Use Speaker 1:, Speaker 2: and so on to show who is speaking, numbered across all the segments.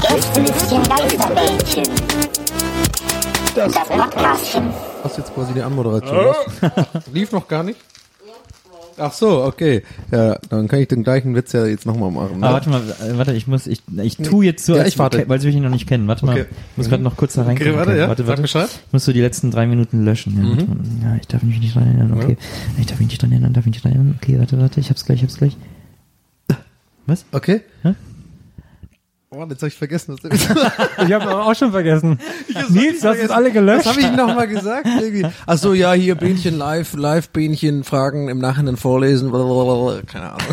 Speaker 1: Gästelistchen Geisterbällchen. Das Podcastchen.
Speaker 2: Hast jetzt quasi die Anmoderation. Was? Lief noch gar nicht? Ach so, okay. Ja, dann kann ich den gleichen Witz ja jetzt nochmal machen. Ne?
Speaker 3: Ah,
Speaker 4: Aber warte mal, äh, warte, ich muss, ich, ich tu jetzt so,
Speaker 2: Ja,
Speaker 4: als
Speaker 2: ich warte.
Speaker 4: ke- weil sie mich noch nicht kennen. Warte mal,
Speaker 2: Okay.
Speaker 4: ich muss gerade noch kurz da reinkommen.
Speaker 2: Okay, warte, ja.
Speaker 4: warte,
Speaker 2: Sag Bescheid. Mhm.
Speaker 4: Ich muss so die letzten drei Minuten löschen. Ja, warte mal. ja ich darf mich nicht dran erinnern, okay. Ich darf mich nicht dran erinnern, darf mich nicht dran erinnern. Okay, warte, warte, ich hab's gleich, ich hab's gleich.
Speaker 2: Okay.
Speaker 4: Hä?
Speaker 2: Oh, Mann, jetzt habe ich vergessen. Was
Speaker 3: Ich habe auch schon vergessen. Nils, du hast uns
Speaker 2: vergessen.
Speaker 3: alle
Speaker 2: was
Speaker 3: gelöscht.
Speaker 2: habe ich nochmal gesagt? Irgendwie? Ach so, ja, hier Bähnchen live, live Bähnchen Fragen im Nachhinein vorlesen. blablabla. Keine Ahnung.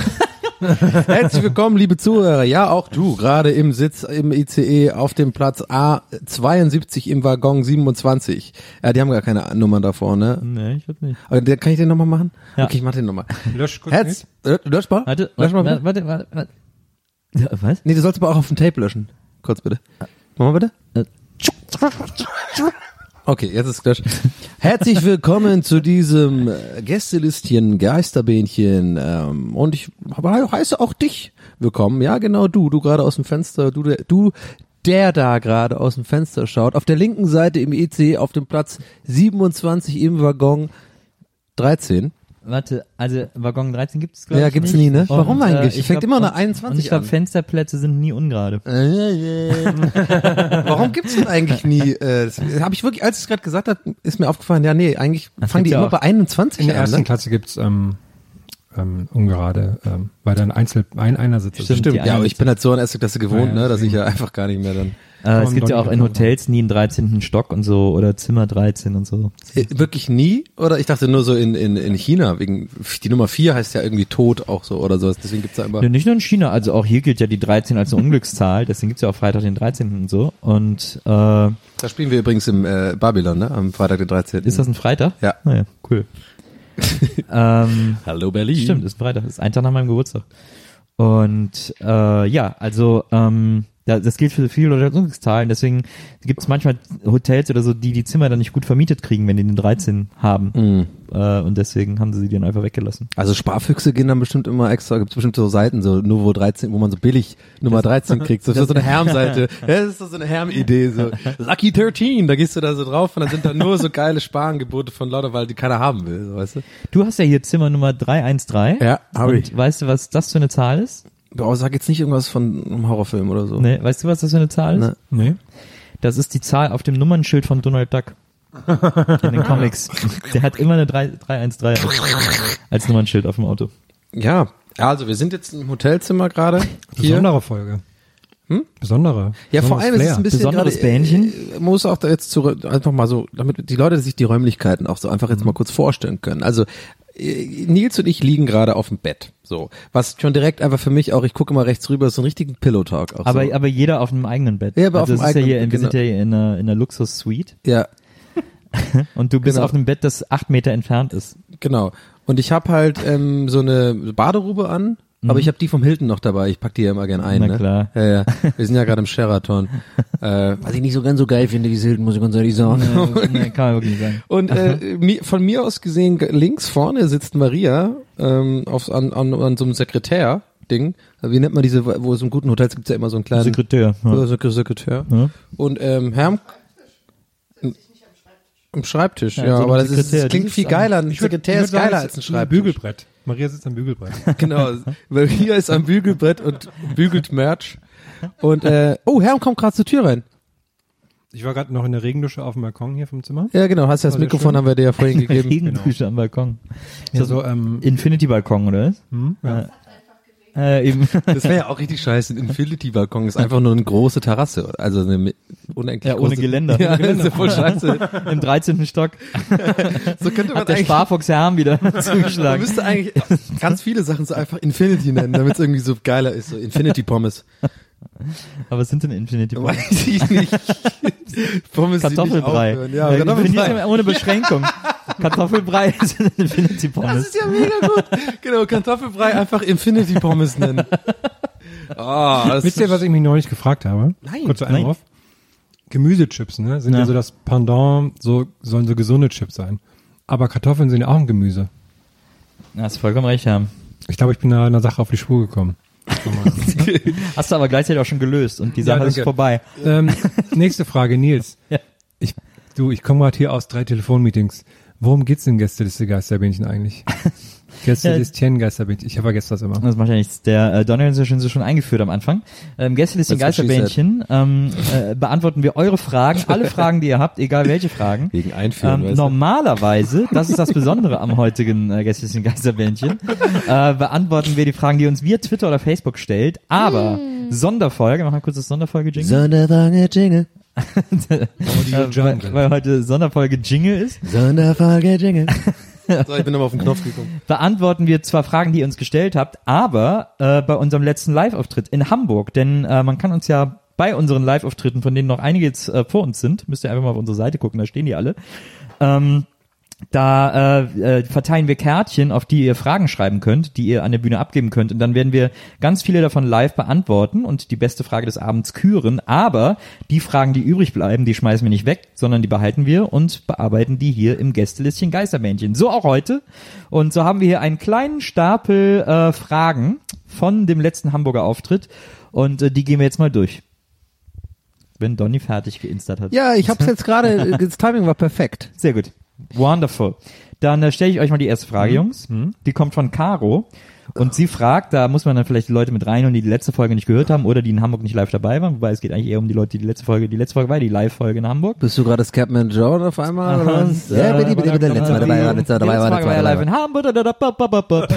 Speaker 2: Herzlich willkommen, liebe Zuhörer. Ja, auch du, gerade im Sitz im ICE auf dem Platz A72 im Waggon 27. Ja, die haben gar keine Nummer davor, ne?
Speaker 4: Nee, ich würd nicht.
Speaker 2: Aber der, kann ich den nochmal machen?
Speaker 4: Ja.
Speaker 2: Okay, ich mach den nochmal.
Speaker 3: Lösch kurz
Speaker 2: Herz, äh, löschbar?
Speaker 4: Warte,
Speaker 2: lösch
Speaker 4: warte,
Speaker 2: mal bitte.
Speaker 4: warte, warte, warte, warte. Ja, was?
Speaker 2: Nee, du sollst aber auch auf dem Tape löschen. Kurz bitte. Mach mal bitte.
Speaker 4: Äh.
Speaker 2: Okay, jetzt ist gelöscht. Herzlich willkommen zu diesem äh, Gästelistchen Geisterbähnchen. Ähm, und ich he- heiße auch dich willkommen. Ja, genau du. Du gerade aus dem Fenster. Du, der- du der da gerade aus dem Fenster schaut. Auf der linken Seite im EC auf dem Platz 27 im Waggon 13.
Speaker 4: Warte, also Waggon 13 gibt's glaub
Speaker 2: Ja,
Speaker 4: ich,
Speaker 2: gibt's
Speaker 4: nicht.
Speaker 2: nie, ne?
Speaker 4: Und,
Speaker 2: Warum eigentlich?
Speaker 4: äh,
Speaker 2: Fängt
Speaker 4: glaub-
Speaker 2: immer eine
Speaker 4: und-
Speaker 2: 21
Speaker 4: Und ich glaube,
Speaker 2: an.
Speaker 4: Fensterplätze sind nie ungerade.
Speaker 2: Warum gibt's denn eigentlich nie? Äh, das habe ich wirklich, als ich es gerade gesagt habe, ist mir aufgefallen, ja, nee, eigentlich fangen
Speaker 4: gibt's
Speaker 2: die
Speaker 4: ja
Speaker 2: immer
Speaker 4: auch.
Speaker 2: bei 21
Speaker 3: In der
Speaker 2: an.
Speaker 3: ersten
Speaker 2: Ne?
Speaker 3: Klasse gibt's ähm, ähm, ungerade, ähm, weil dann Einzel ein einer sitzt.
Speaker 4: Stimmt, die
Speaker 2: Ja, aber ich bin halt so an erste Klasse gewohnt,
Speaker 3: Ja, ja,
Speaker 2: ne, dass ich ja einfach gar nicht mehr dann.
Speaker 4: Äh, es
Speaker 3: Komm,
Speaker 4: gibt ja
Speaker 3: Donny,
Speaker 4: auch in
Speaker 3: komm.
Speaker 4: Hotels nie einen 13. Stock und so oder Zimmer 13 und so.
Speaker 2: Äh, Wirklich nie? Oder ich dachte nur so in, in, in China, wegen die Nummer 4 heißt ja irgendwie Tod auch so oder sowas. Deswegen gibt's da immer.
Speaker 4: Ja, nicht nur in China, also auch hier gilt ja die 13 als eine Unglückszahl, deswegen gibt's ja auch Freitag den 13. und so. Und äh,
Speaker 2: Da spielen wir übrigens im äh, Babylon, ne? Am Freitag, den 13.
Speaker 4: ist das ein Freitag?
Speaker 2: Ja.
Speaker 4: Naja, cool. ähm,
Speaker 2: Hallo Berlin.
Speaker 4: stimmt, ist ein Freitag, ist ein Tag nach meinem Geburtstag. Und äh, ja, also ähm, da- das gilt für viele Leute als Unglückszahlen, deswegen gibt's manchmal Hotels oder so, die die Zimmer dann nicht gut vermietet kriegen, wenn die den 13 haben. Äh, und deswegen haben sie die dann einfach weggelassen.
Speaker 2: Also Sparfüchse gehen dann bestimmt immer extra, gibt's bestimmt so Seiten, so Novo 13, wo man so billig Nummer 13 kriegt. So, so eine Herm-Seite. Das ist so eine Herm-Idee. So Lucky 13, da gehst du da so drauf und dann sind da nur so geile Sparangebote von Lauter, weil die keiner haben will, so, weißt du?
Speaker 4: Du hast ja hier Zimmer Nummer 313.
Speaker 2: Ja, hab
Speaker 4: Und
Speaker 2: ich.
Speaker 4: Weißt du, was das für eine Zahl ist?
Speaker 2: Boah, also sag jetzt nicht irgendwas von einem Horrorfilm oder so.
Speaker 4: Nee, weißt du, was das für eine Zahl ist?
Speaker 2: Ne.
Speaker 3: Nee.
Speaker 4: Das ist die Zahl auf dem Nummernschild von Donald Duck. In den Comics. Der hat immer eine 3, 313 als- als Nummernschild auf dem Auto.
Speaker 2: Ja, also wir sind jetzt im Hotelzimmer gerade. Hier. Hm?
Speaker 3: Besondere Folge. Besondere.
Speaker 2: Ja, vor
Speaker 3: Besonderes
Speaker 2: allem ist es ein bisschen
Speaker 4: Besonderes
Speaker 2: gerade, äh,
Speaker 4: Bähnchen.
Speaker 2: äh, muss auch da jetzt zurück, einfach mal so, damit die Leute sich die Räumlichkeiten auch so einfach
Speaker 4: Mhm.
Speaker 2: jetzt mal kurz vorstellen können. Also äh, Nils und ich liegen gerade auf dem Bett, so was schon direkt einfach für mich auch. Ich gucke mal rechts rüber, ist so ein richtigen Pillow Talk. Auch
Speaker 4: Aber,
Speaker 2: so.
Speaker 4: aber jeder auf einem eigenen Bett.
Speaker 2: Ja, aber auf
Speaker 4: also
Speaker 2: dem
Speaker 4: es ist ja
Speaker 2: eigenen
Speaker 4: hier, in-
Speaker 2: Bett, genau.
Speaker 4: wir sind ja hier in einer, in einer Luxus-Suite
Speaker 2: ja,
Speaker 4: und du bist
Speaker 2: Genau.
Speaker 4: auf einem Bett, das acht Meter entfernt ist.
Speaker 2: genau. Und ich habe halt ähm, so eine Baderobe an, aber ich habe die vom Hilton noch dabei. Ich pack die ja immer gern ein.
Speaker 4: Mhm. Na
Speaker 2: ne?
Speaker 4: klar.
Speaker 2: Ja, ja. Wir sind ja gerade im Sheraton. äh, was ich nicht so ganz so geil finde, dieses Hilton, muss ich ganz ehrlich sagen.
Speaker 4: Nein, kann man wirklich nicht sagen.
Speaker 2: Und äh, mi- von mir aus gesehen, g- links vorne sitzt Maria ähm, auf, an, an, an so einem Sekretär-Ding. Äh, Wie nennt man diese, wo es im guten Hotels gibt ja immer so einen kleinen
Speaker 4: Sekretär. Ja.
Speaker 2: Sekretär. Sekretär. Und ähm, Herm. Im Schreibtisch,
Speaker 4: Ja,
Speaker 2: ja,
Speaker 4: in so einem
Speaker 2: aber das, ist,
Speaker 4: Sekretär.
Speaker 2: das klingt viel geiler. Ein
Speaker 3: Ich würd-
Speaker 2: Sekretär
Speaker 3: ich
Speaker 2: ist
Speaker 3: würd sagen,
Speaker 2: geiler
Speaker 3: es
Speaker 2: als ein
Speaker 3: ist
Speaker 2: Schreibtisch.
Speaker 3: Bügelbrett. Maria sitzt am Bügelbrett.
Speaker 2: Genau, weil hier ist am Bügelbrett und bügelt Merch. Und äh, oh, Herm kommt gerade zur Tür rein.
Speaker 3: Ich war gerade noch in der Regendusche auf dem Balkon hier vom Zimmer.
Speaker 2: Ja, genau, hast ja das
Speaker 3: Oh, sehr
Speaker 2: Mikrofon,
Speaker 3: schön.
Speaker 2: haben wir dir ja vorhin gegeben. genau.
Speaker 4: Regendusche am Balkon. Ist
Speaker 3: Ja,
Speaker 4: das
Speaker 3: so,
Speaker 4: so
Speaker 3: ähm,
Speaker 4: Infinity-Balkon, oder was?
Speaker 3: hm, ja.
Speaker 4: Äh, eben.
Speaker 2: Das wäre ja auch richtig scheiße. Ein Infinity-Balkon ist einfach nur eine große Terrasse. Also eine mi- unendlich
Speaker 4: Ja, ohne
Speaker 2: große-
Speaker 4: Geländer.
Speaker 2: Ja,
Speaker 4: Ohne
Speaker 2: das ist ja voll scheiße.
Speaker 4: Im 13. Stock
Speaker 2: So könnte man
Speaker 4: hat der
Speaker 2: eigentlich,
Speaker 4: Sparfuchs ja Arm wieder
Speaker 2: man
Speaker 4: zugeschlagen.
Speaker 2: müsste eigentlich ganz viele Sachen so einfach Infinity nennen, damit es irgendwie so geiler ist. So Infinity-Pommes.
Speaker 4: Aber was sind denn Infinity Balkon?
Speaker 2: Oh, Weiß ich nicht. Pommes, die nicht
Speaker 4: Kartoffelbrei.
Speaker 2: aufhören. Ja,
Speaker 4: Äh,
Speaker 2: Kartoffelbrei. Ah,
Speaker 4: Infinity- Ohne Beschränkung. Kartoffelbrei sind Infinity
Speaker 2: Das
Speaker 4: Pommes.
Speaker 2: ist ja mega gut. Genau, Kartoffelbrei einfach Infinity Pommes nennen. Ah, das
Speaker 3: Wisst ihr, was ich mich neulich gefragt habe?
Speaker 2: Nein.
Speaker 3: Kurzer
Speaker 4: Nein.
Speaker 3: Einwurf. Gemüsechips, ne? Sind ja.
Speaker 4: Ja.
Speaker 3: so das Pendant, so, sollen so gesunde Chips sein. Aber Kartoffeln sind ja auch ein Gemüse.
Speaker 4: Ja, hast vollkommen recht, haben.
Speaker 3: Ich glaube, ich bin da einer Sache auf die Spur gekommen.
Speaker 4: Hast du aber gleichzeitig auch schon gelöst und die
Speaker 3: Ja,
Speaker 4: Sache ist
Speaker 3: danke.
Speaker 4: vorbei.
Speaker 3: ähm, nächste Frage, Nils.
Speaker 4: Ja.
Speaker 3: Ich, du, ich komme gerade hier aus drei Telefonmeetings. Worum geht's in Gästeliste Geisterbähnchen eigentlich? Gästelistchen Geisterbähnchen. Ich vergesse das immer.
Speaker 4: Das macht ja nichts. Der äh, Daniel hat es schon, schon eingeführt am Anfang. Ähm, Gästeliste und
Speaker 2: That's what she
Speaker 4: Geisterbähnchen ähm, äh, beantworten wir eure Fragen, alle Fragen, die ihr habt, egal welche Fragen. Ähm,
Speaker 2: Wegen Einführen, weißt du.
Speaker 4: Normalerweise, das ist das Besondere am heutigen äh, Gästeliste und Geisterbähnchen, äh, beantworten wir die Fragen, die uns via Twitter oder Facebook stellt. Aber Sonderfolge, machen wir kurz das Sonderfolge-Jingle,
Speaker 2: Sonderfolge Jingle.
Speaker 4: äh, weil, weil heute Sonderfolge-Jingle ist.
Speaker 2: Sonderfolge Jingle. So, ich bin nochmal auf den Knopf gekommen.
Speaker 4: beantworten wir zwar Fragen, die ihr uns gestellt habt, aber äh, bei unserem letzten Live-Auftritt in Hamburg, denn äh, man kann uns ja bei unseren Live-Auftritten, von denen noch einige jetzt äh, vor uns sind, müsst ihr einfach mal auf unsere Seite gucken, da stehen die alle. Ähm, da äh, äh, verteilen wir Kärtchen, auf die ihr Fragen schreiben könnt, die ihr an der Bühne abgeben könnt. Und dann werden wir ganz viele davon live beantworten und die beste Frage des Abends küren. Aber die Fragen, die übrig bleiben, die schmeißen wir nicht weg, sondern die behalten wir und bearbeiten die hier im Gästelistchen Geistermännchen. So auch heute. Und so haben wir hier einen kleinen Stapel äh, Fragen von dem letzten Hamburger Auftritt. Und äh, die gehen wir jetzt mal durch. Wenn Donny fertig geinstert hat.
Speaker 2: Ja, ich hab's jetzt gerade, äh, das Timing war perfekt.
Speaker 4: Sehr gut. Wonderful. Dann äh, stelle ich euch mal die erste Frage, Jungs. Die kommt von Caro. Und sie fragt, da muss man dann vielleicht die Leute mit reinholen, die die letzte Folge nicht gehört haben oder die in Hamburg nicht live dabei waren. Wobei es geht eigentlich eher um die Leute, die die letzte Folge, die letzte Folge war die Live-Folge in Hamburg.
Speaker 2: Bist du gerade Scatman Joe auf einmal?
Speaker 4: Aha.
Speaker 2: Oder was? Ja, bitte, bitte, bitte, letztes Mal dabei, war, letztes Mal dabei, war, letztes Mal dabei.
Speaker 4: live
Speaker 2: war.
Speaker 4: in Hamburg. da, da, da, ba, ba, ba, ba.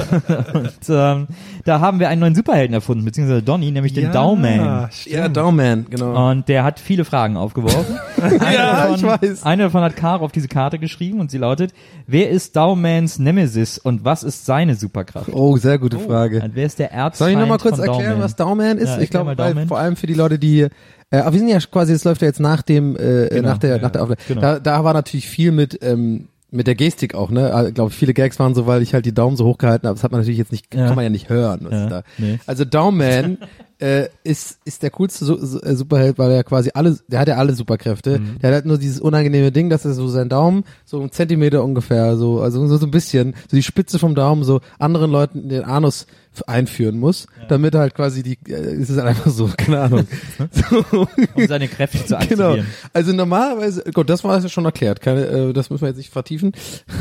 Speaker 4: Und ähm, da haben wir einen neuen Superhelden erfunden, beziehungsweise Donny, nämlich den Dowman.
Speaker 2: Ja, Dowman, genau.
Speaker 4: Und der hat viele Fragen aufgeworfen. Eine
Speaker 2: Ja, ich weiß.
Speaker 4: Eine davon hat Caro auf diese Karte geschrieben und sie lautet, wer ist Dowmans Nemesis und was ist seine Superkraft?
Speaker 2: Oh, sehr gute Frage.
Speaker 4: Und wer ist der Erzfeind
Speaker 2: Soll ich nochmal kurz
Speaker 4: von
Speaker 2: erklären,
Speaker 4: Dowman?
Speaker 2: was Dowman ist?
Speaker 4: Ja,
Speaker 2: ich
Speaker 4: erklär
Speaker 2: glaube,
Speaker 4: mal
Speaker 2: weil
Speaker 4: Dowman.
Speaker 2: vor allem für die Leute, die, äh, aber wir sind ja quasi, es läuft ja jetzt nach dem, äh, nach der, nach der Aufnahme.
Speaker 4: genau.
Speaker 2: Da, da war natürlich viel mit, ähm, mit der Gestik auch, ne? Also, Ich glaube, viele Gags waren so, weil ich halt die Daumen so hochgehalten habe. Das hat man natürlich jetzt nicht,
Speaker 4: Ja.
Speaker 2: kann man ja nicht hören. Was
Speaker 4: Ja,
Speaker 2: da.
Speaker 4: nee.
Speaker 2: Also Dowman äh, ist, ist der coolste Su Su äh, Superheld, weil er quasi alle, der hat ja alle Superkräfte.
Speaker 4: Mhm.
Speaker 2: Der hat halt nur dieses unangenehme Ding, dass er so seinen Daumen so einen Zentimeter ungefähr, so, also so, so ein bisschen, so die Spitze vom Daumen so anderen Leuten in den Anus f- einführen muss, damit halt quasi die, äh, es ist halt einfach so, keine Ahnung. so.
Speaker 4: Um seine Kräfte zu aktivieren.
Speaker 2: Genau. Also normalerweise, gut, das war es ja schon erklärt. Keine, äh, das müssen wir jetzt nicht vertiefen.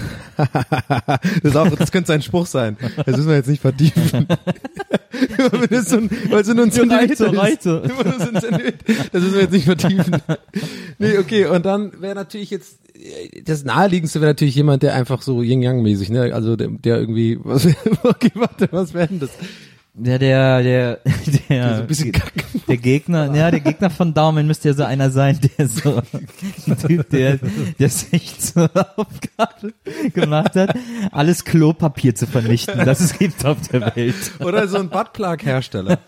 Speaker 2: das, ist auch, das könnte sein Spruch sein. Das müssen wir jetzt nicht vertiefen. Weil es so ein- weil es nur ein Zentimeter
Speaker 4: Reite,
Speaker 2: ist.
Speaker 4: Reite.
Speaker 2: Immer nur so ein Zentimeter. Das müssen wir jetzt nicht vertiefen. Nee, okay, und dann wäre natürlich jetzt, äh, das naheliegendste wäre natürlich jemand, der einfach so Yin-Yang-mäßig, ne, also der, der irgendwie, was, okay, warte, was wäre denn das?
Speaker 4: Ja, der, der, der,
Speaker 2: So ein bisschen kacke.
Speaker 4: der Gegner, ja, der Gegner von Daumen müsste ja so einer sein, der so, ein Typ, der, der sich zur Aufgabe gemacht hat, alles Klopapier zu vernichten, das es gibt auf der Welt.
Speaker 2: Oder so ein Buttplug-Hersteller.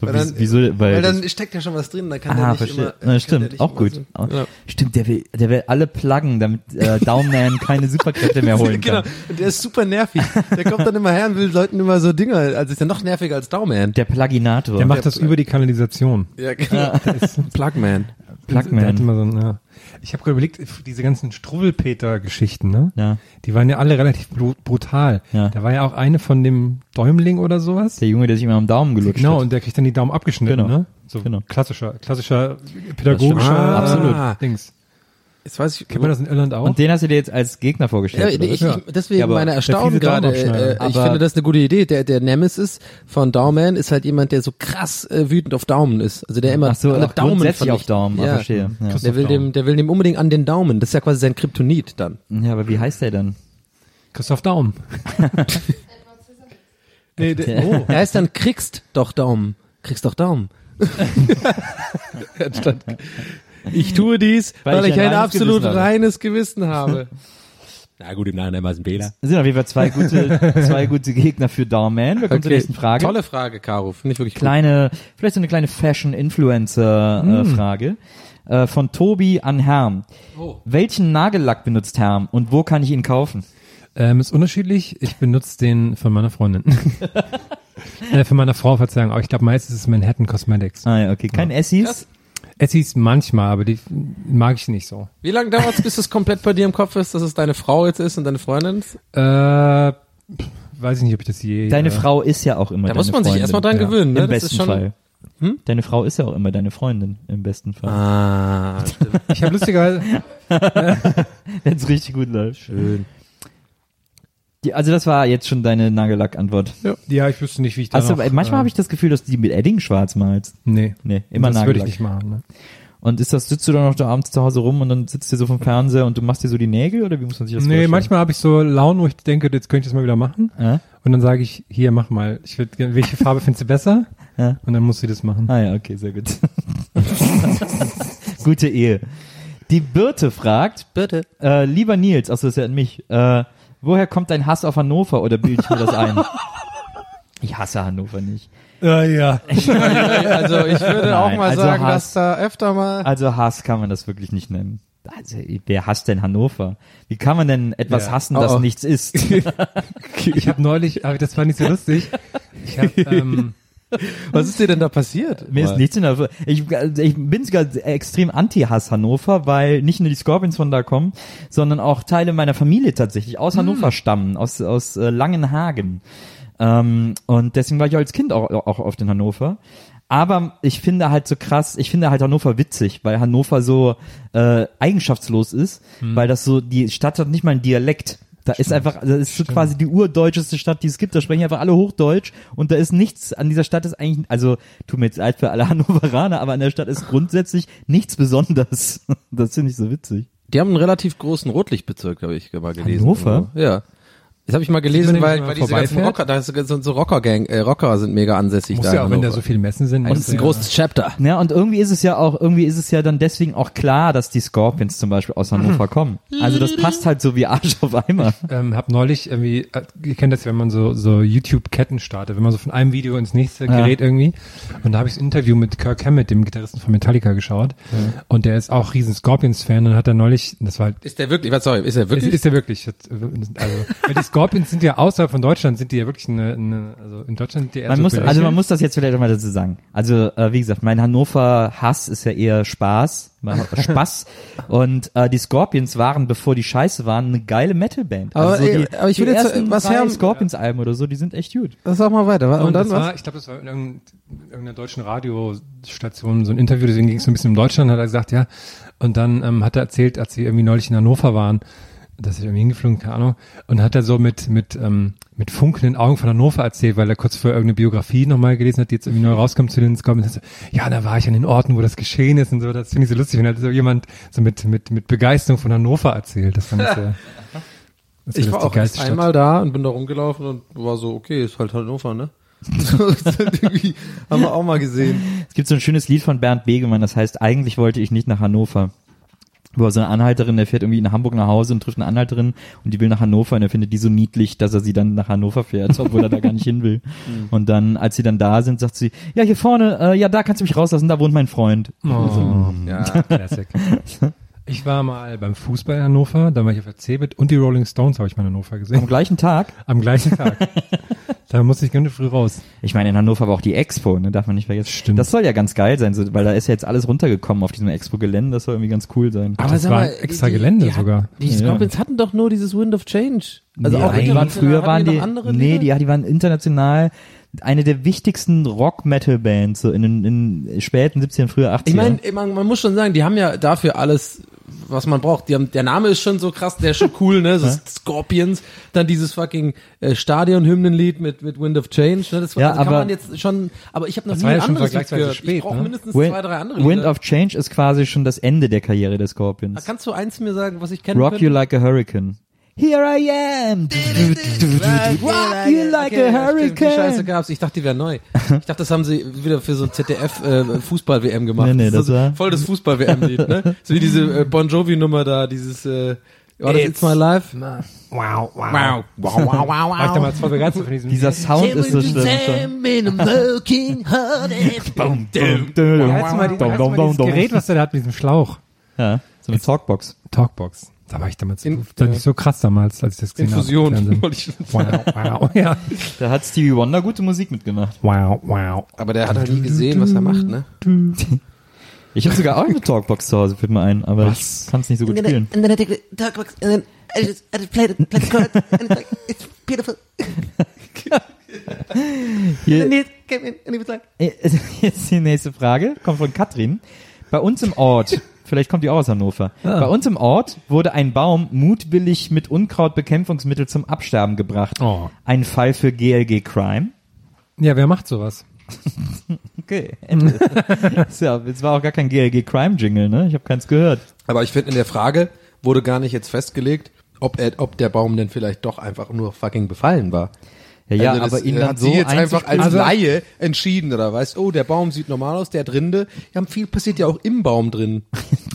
Speaker 2: Weil dann,
Speaker 4: Wieso, weil,
Speaker 2: weil
Speaker 4: das-
Speaker 2: dann steckt ja schon was drin, dann kann der
Speaker 4: Ah,
Speaker 2: nicht
Speaker 4: verstehe.
Speaker 2: immer. äh, kann
Speaker 4: Na,
Speaker 2: der
Speaker 4: stimmt,
Speaker 2: nicht
Speaker 4: auch
Speaker 2: immer
Speaker 4: gut.
Speaker 2: so-
Speaker 4: Ah,
Speaker 2: Ja.
Speaker 4: Stimmt, der will, der will alle pluggen, damit äh, Downman keine Superkräfte mehr holen
Speaker 2: Genau,
Speaker 4: kann.
Speaker 2: und der ist super nervig. Der kommt dann immer her und will Leuten immer so Dinger, also ist ja noch nerviger als Daumen.
Speaker 4: Der Pluginator.
Speaker 3: Der macht das über die Kanalisation.
Speaker 2: Ja, genau. Plugman.
Speaker 3: Der
Speaker 4: Plugman.
Speaker 3: hat immer so ein, ja. Ich habe gerade überlegt, diese ganzen Struwwelpeter-Geschichten, ne?
Speaker 4: Ja.
Speaker 3: Die waren ja alle relativ blu- brutal.
Speaker 4: Ja.
Speaker 3: Da war ja auch eine von dem Däumling oder sowas.
Speaker 4: der Junge, der sich immer am Daumen gelutscht
Speaker 3: Genau,
Speaker 4: hat.
Speaker 3: und der kriegt dann die Daumen abgeschnitten,
Speaker 4: Genau.
Speaker 3: ne? So
Speaker 4: Genau.
Speaker 3: klassischer, klassischer pädagogischer
Speaker 2: Ah, absolut.
Speaker 3: Dings.
Speaker 2: Jetzt weiß ich,
Speaker 3: Kennt man das in Irland auch?
Speaker 4: Und den hast du dir jetzt als Gegner
Speaker 2: ja,
Speaker 4: vorgestellt.
Speaker 2: ich,
Speaker 4: oder was?
Speaker 2: ich,
Speaker 3: Ja.
Speaker 2: deswegen
Speaker 4: Ja, aber
Speaker 2: meine
Speaker 4: der
Speaker 2: Erstaunen
Speaker 3: fiese
Speaker 2: gerade.
Speaker 3: Daumenabschneider.
Speaker 2: Äh, ich
Speaker 4: Aber-
Speaker 2: finde das eine gute Idee. Der, der Nemesis von Daumen ist halt jemand, der so krass äh, wütend auf Daumen ist. Also der immer
Speaker 4: Ach so,
Speaker 2: alle
Speaker 4: auch grundsätzlich auf
Speaker 2: vernichtet.
Speaker 4: Daumen, ja.
Speaker 2: Ja.
Speaker 4: verstehe. Ja.
Speaker 2: Der will, dem, der will dem unbedingt an den Daumen. Das ist ja quasi sein Kryptonit dann.
Speaker 4: ja, aber wie heißt der dann?
Speaker 3: Christoph Daum. nee, der, oh.
Speaker 2: Er heißt dann kriegst doch Daumen. Kriegst doch Daumen. Anstatt, ich tue dies, weil, ich ein,
Speaker 4: reines
Speaker 2: absolut
Speaker 4: Gewissen habe."
Speaker 2: reines Gewissen habe. Na gut, im Nachhinein war es ein Fehler.
Speaker 4: Das sind auf jeden Fall zwei gute, zwei gute Gegner für Doorman. Wir kommen zur nächsten Frage.
Speaker 2: Tolle Frage, Caro. Finde ich wirklich gut.
Speaker 4: Kleine, vielleicht so eine kleine Fashion-Influencer-Frage. Äh, von Tobi an Herm.
Speaker 2: Oh.
Speaker 4: Welchen Nagellack benutzt Herm und wo kann ich ihn kaufen?
Speaker 3: Ähm, ist unterschiedlich. Ich benutze den von meiner Freundin. äh, von meiner Frau, Verzeihung. Aber ich glaube, meistens ist es Manhattan Cosmetics.
Speaker 4: Ah, ja, okay. Kein Essis?
Speaker 3: Es hieß manchmal, aber die mag ich nicht so.
Speaker 2: Wie lange dauert es, bis es komplett bei dir im Kopf ist, dass es deine Frau jetzt ist und deine Freundin?
Speaker 3: Äh, weiß ich nicht, ob ich das je...
Speaker 4: Deine
Speaker 3: äh,
Speaker 4: Frau ist ja auch immer
Speaker 2: Da
Speaker 4: deine
Speaker 2: muss man sich
Speaker 4: Freundin.
Speaker 2: erstmal dran
Speaker 3: Ja.
Speaker 2: gewöhnen. Ne?
Speaker 4: Im besten
Speaker 2: das ist schon,
Speaker 4: Fall. Deine Frau ist ja auch immer deine Freundin, im besten Fall.
Speaker 2: Ah, stimmt.
Speaker 3: Ich habe lustigerweise...
Speaker 4: Wenn es richtig gut läuft. Schön. Die, also das war jetzt schon deine Nagellack-Antwort.
Speaker 3: Ja, ich wüsste nicht, wie ich da
Speaker 4: Also
Speaker 3: noch, äh,
Speaker 4: manchmal habe ich das Gefühl, dass du die mit Edding schwarz malst.
Speaker 3: Nee.
Speaker 4: Nee, immer
Speaker 3: Das würde ich
Speaker 4: Nagellack.
Speaker 3: nicht machen. Ne?
Speaker 4: Und ist das, sitzt du dann noch da abends zu Hause rum und dann sitzt du so vom Fernseher und du machst dir so die Nägel oder wie muss man sich das
Speaker 3: Nee,
Speaker 4: vorstellen?
Speaker 3: manchmal habe ich so Laune, wo ich denke, jetzt könnte ich das mal wieder machen.
Speaker 4: Ja?
Speaker 3: Und dann sage ich, hier, mach mal. Ich würd, gern- welche Farbe findest du besser?
Speaker 4: Ja.
Speaker 3: Und dann muss sie das machen.
Speaker 4: Ah ja, okay, sehr gut. Gute Ehe. Die Birte fragt,
Speaker 2: Bitte.
Speaker 4: äh, lieber Nils, achso, das ist ja an mich, äh, woher kommt dein Hass auf Hannover oder bilde ich mir das ein? Ich hasse Hannover nicht.
Speaker 3: Ja, ja.
Speaker 2: Also ich würde auch
Speaker 4: Nein,
Speaker 2: mal
Speaker 4: also
Speaker 2: sagen,
Speaker 4: Hass.
Speaker 2: dass da öfter mal...
Speaker 4: Also Hass kann man das wirklich nicht nennen. Also, wer hasst denn Hannover? Wie kann man denn etwas
Speaker 3: Ja.
Speaker 4: hassen,
Speaker 2: Oh,
Speaker 4: das
Speaker 2: oh.
Speaker 4: nichts ist?
Speaker 3: Ich habe neulich, aber das war nicht so lustig. Ich hab, ähm,
Speaker 2: Was ist dir denn da passiert?
Speaker 4: Mir ist nichts in der ich, also ich bin sogar extrem anti-Hass Hannover, weil nicht nur die Scorpions von da kommen, sondern auch Teile meiner Familie tatsächlich aus Hannover stammen, aus, aus äh, Langenhagen. Ähm, und deswegen war ich als Kind auch, auch oft in Hannover. Aber ich finde halt so krass, ich finde halt Hannover witzig, weil Hannover so äh, eigenschaftslos ist, weil das so, die Stadt hat nicht mal einen Dialekt. Da ist einfach, das ist so quasi die urdeutscheste Stadt, die es gibt. Da sprechen einfach alle Hochdeutsch und da ist nichts an dieser Stadt ist eigentlich, also tut mir jetzt leid für alle Hannoveraner, aber an der Stadt ist grundsätzlich nichts Besonderes. Das finde ich so witzig.
Speaker 2: Die haben einen relativ großen Rotlichtbezirk, habe ich mal gelesen.
Speaker 4: Hannover?
Speaker 2: Ja. Das habe ich mal
Speaker 3: Sieht
Speaker 2: gelesen,
Speaker 3: man
Speaker 2: weil,
Speaker 3: den,
Speaker 2: weil
Speaker 3: wenn
Speaker 2: diese
Speaker 3: man
Speaker 2: ganzen
Speaker 3: vorbeifährt?
Speaker 2: Rocker, da ist so, so Rocker-Gang, äh, Rocker sind mega ansässig
Speaker 3: muss
Speaker 2: da.
Speaker 3: ja
Speaker 2: in
Speaker 3: auch, wenn da
Speaker 2: Hannover.
Speaker 3: so viele Messen sind.
Speaker 2: Und es ist genau. ein großes Chapter.
Speaker 4: Ja, Ne, und irgendwie ist es ja auch, irgendwie ist es ja dann deswegen auch klar, dass die Scorpions zum Beispiel aus Hannover
Speaker 2: Mhm.
Speaker 4: kommen. Also das passt halt so wie Arsch auf Eimer.
Speaker 3: Ähm, hab neulich irgendwie, äh, ihr kennt das, wenn man so, so YouTube-Ketten startet, wenn man so von einem Video ins nächste gerät irgendwie. Und da habe ich ein Interview mit Kirk Hammett, dem Gitarristen von Metallica, geschaut. Und der ist auch riesen Scorpions-Fan und hat dann neulich, das war halt
Speaker 2: Ist der wirklich, was sorry, ist der
Speaker 3: Ist,
Speaker 2: wirklich?
Speaker 3: ist ja wirklich. Hat, äh, Also, weil die Scorpions sind ja außerhalb von Deutschland, sind die ja wirklich eine, eine also in Deutschland sind die eher
Speaker 4: Man
Speaker 3: so
Speaker 4: muss, also
Speaker 3: belächelt.
Speaker 4: man muss das jetzt vielleicht auch mal dazu sagen. Also äh, wie gesagt, mein Hannover-Hass ist ja eher Spaß, mein äh, Spaß. Und äh, die Scorpions waren, bevor die Scheiße waren, eine geile Metalband.
Speaker 2: Aber,
Speaker 4: also so die,
Speaker 2: äh, aber ich
Speaker 4: die
Speaker 2: will jetzt, äh,
Speaker 4: ersten
Speaker 2: was
Speaker 4: drei
Speaker 2: Herm-
Speaker 4: Scorpions-Alben oder so, die sind echt gut.
Speaker 2: Sag mal weiter. wa-
Speaker 3: Und
Speaker 2: Und dann
Speaker 3: das war,
Speaker 2: was?
Speaker 3: ich glaube, das war in irgendein- irgendeiner deutschen Radiostation so ein Interview, deswegen ging es so ein bisschen um Deutschland, hat er gesagt, ja. Und dann ähm, hat er erzählt, als wir irgendwie neulich in Hannover waren, dass ich irgendwie hingeflogen, keine Ahnung, und hat er so mit, mit, ähm, mit funkelnden Augen von Hannover erzählt, weil er kurz vorher irgendeine Biografie nochmal gelesen hat, die jetzt irgendwie neu rauskommt zu den Scorpions. Und so, Ja, da war ich an den Orten, wo das geschehen ist und so, das finde ich so lustig, wenn halt so jemand so mit, mit, mit Begeisterung von Hannover erzählt. Das fand ich sehr, das
Speaker 2: Ich
Speaker 3: war
Speaker 2: war
Speaker 3: das die
Speaker 2: auch
Speaker 3: geilste
Speaker 2: erst
Speaker 3: Stadt.
Speaker 2: einmal da und bin da rumgelaufen und war so, okay, ist halt Hannover, ne? halt Irgendwie haben wir auch mal gesehen.
Speaker 4: Es gibt so ein schönes Lied von Bernd Begemann, das heißt, eigentlich wollte ich nicht nach Hannover. Wo er so eine Anhalterin, der fährt irgendwie in Hamburg nach Hause und trifft eine Anhalterin und die will nach Hannover und er findet die so niedlich, dass er sie dann nach Hannover fährt, obwohl er da gar nicht hin will.
Speaker 3: Mhm.
Speaker 4: Und dann, als sie dann da sind, sagt sie, ja, hier vorne, äh, ja, da kannst du mich rauslassen, da wohnt mein Freund.
Speaker 3: Oh.
Speaker 2: Ja.
Speaker 3: Classic. Ich war mal beim Fußball in Hannover, dann war ich auf der Cebit und die Rolling Stones habe ich mal in Hannover
Speaker 4: Am
Speaker 3: gesehen.
Speaker 4: gleichen Tag.
Speaker 3: Am gleichen Tag. da musste ich ganz früh raus.
Speaker 4: Ich meine, in Hannover war auch die Expo, ne, darf man nicht vergessen.
Speaker 3: Stimmt.
Speaker 4: Das soll ja ganz geil sein, so, weil da ist ja jetzt alles runtergekommen auf diesem Expo-Gelände, das soll irgendwie ganz cool sein.
Speaker 3: Aber das war extra Gelände sogar.
Speaker 2: Die
Speaker 4: Ja.
Speaker 2: Scorpions hatten doch nur dieses Wind of Change. Also
Speaker 4: Nee, die waren
Speaker 2: international
Speaker 4: früher
Speaker 2: hatten
Speaker 4: waren
Speaker 2: noch
Speaker 4: die,
Speaker 2: andere
Speaker 4: nee,
Speaker 2: Lieder?
Speaker 4: die, ja, die waren international eine der wichtigsten Rock-Metal-Bands, so in den in späten 70ern, früher 80ern.
Speaker 2: Ich meine, man, man muss schon sagen, die haben ja dafür alles, was man braucht. Die haben, der Name ist schon so krass, der ist schon cool, ne? So Scorpions, dann dieses fucking äh, Stadionhymnenlied mit mit Wind of Change, ne? Das war,
Speaker 4: Ja,
Speaker 2: also kann
Speaker 4: aber-
Speaker 2: man jetzt schon, aber ich habe noch
Speaker 3: Das
Speaker 2: nie
Speaker 3: war
Speaker 2: ein
Speaker 3: ja schon
Speaker 2: anderes Lied
Speaker 3: vergleichsweise
Speaker 2: gehört. ich
Speaker 3: spät,
Speaker 2: brauche
Speaker 3: ne?
Speaker 2: mindestens
Speaker 4: Wind,
Speaker 2: zwei, drei andere
Speaker 4: Wind
Speaker 2: Lieder.
Speaker 4: of Change ist quasi schon das Ende der Karriere der Scorpions.
Speaker 2: Kannst du eins mir sagen, was ich kenne?
Speaker 4: Rock You Like a Hurricane. Here I am. Rock You Like
Speaker 2: Okay,
Speaker 4: a
Speaker 2: ja, stimmt, Die Scheiße
Speaker 4: Hurricane.
Speaker 2: gab's. Ich dachte, die wären neu. Ich dachte, das haben sie wieder für so ein ZDF äh, Fußball WM gemacht.
Speaker 4: Nee, nee, das
Speaker 2: ist
Speaker 4: war-
Speaker 2: voll das Fußball WM Lied, ne? So wie diese äh, Bon Jovi Nummer da, dieses äh, Oh, das It's My Life.
Speaker 3: Wow, wow. Wow, wow, wow, wow. War ich damals voll begeistert von diesem
Speaker 4: Dieser Sound ist so schlimm.
Speaker 3: Hast du mal, die, hast du mal dieses Gerät, was der da hat mit diesem Schlauch?
Speaker 4: Ja, so eine Talkbox.
Speaker 3: Talkbox. Da war ich damals,
Speaker 2: In-
Speaker 3: da war ich so krass damals, als ich das gesehen
Speaker 2: äh,
Speaker 4: Genau,
Speaker 2: Infusion.
Speaker 3: habe. im
Speaker 2: Wollte ich schon
Speaker 3: Fernsehen. Wow, wow, ja.
Speaker 4: Da hat Stevie Wonder gute Musik mitgemacht.
Speaker 3: Wow, wow.
Speaker 2: Aber der hat halt nie gesehen, was er macht, ne?
Speaker 4: Ich habe sogar auch eine Talkbox zu Hause, fällt mir ein, aber ich kann es nicht so gut
Speaker 5: and then,
Speaker 4: spielen.
Speaker 5: I, and then I take the dark box, and then I just, I just play the, play the card, and it's like, it's beautiful. And
Speaker 4: Hier,
Speaker 5: he
Speaker 4: Äh,
Speaker 5: came in, and he was like,
Speaker 4: jetzt die nächste Frage, kommt von Katrin. Bei uns im Ort, vielleicht kommt die auch aus Hannover,
Speaker 2: Ah.
Speaker 4: bei uns im Ort wurde ein Baum mutwillig mit Unkrautbekämpfungsmittel zum Absterben gebracht.
Speaker 3: Oh.
Speaker 4: Ein Fall für GLG Crime.
Speaker 3: Ja, wer macht sowas?
Speaker 4: Okay. ja, es war auch gar kein GLG Crime Jingle, ne? Ich habe keins gehört.
Speaker 2: Aber ich finde, in der Frage wurde gar nicht jetzt festgelegt, ob er, ob der Baum denn vielleicht doch einfach nur fucking befallen war.
Speaker 4: Ja, ja
Speaker 2: Also das,
Speaker 4: aber ihn
Speaker 2: äh,
Speaker 4: dann
Speaker 2: hat
Speaker 4: so Also
Speaker 2: sie jetzt einfach als
Speaker 4: einzustufen-
Speaker 2: Laie entschieden oder weißt, oh, der Baum sieht normal aus, der hat Rinde. Ja, viel passiert ja auch im Baum drin.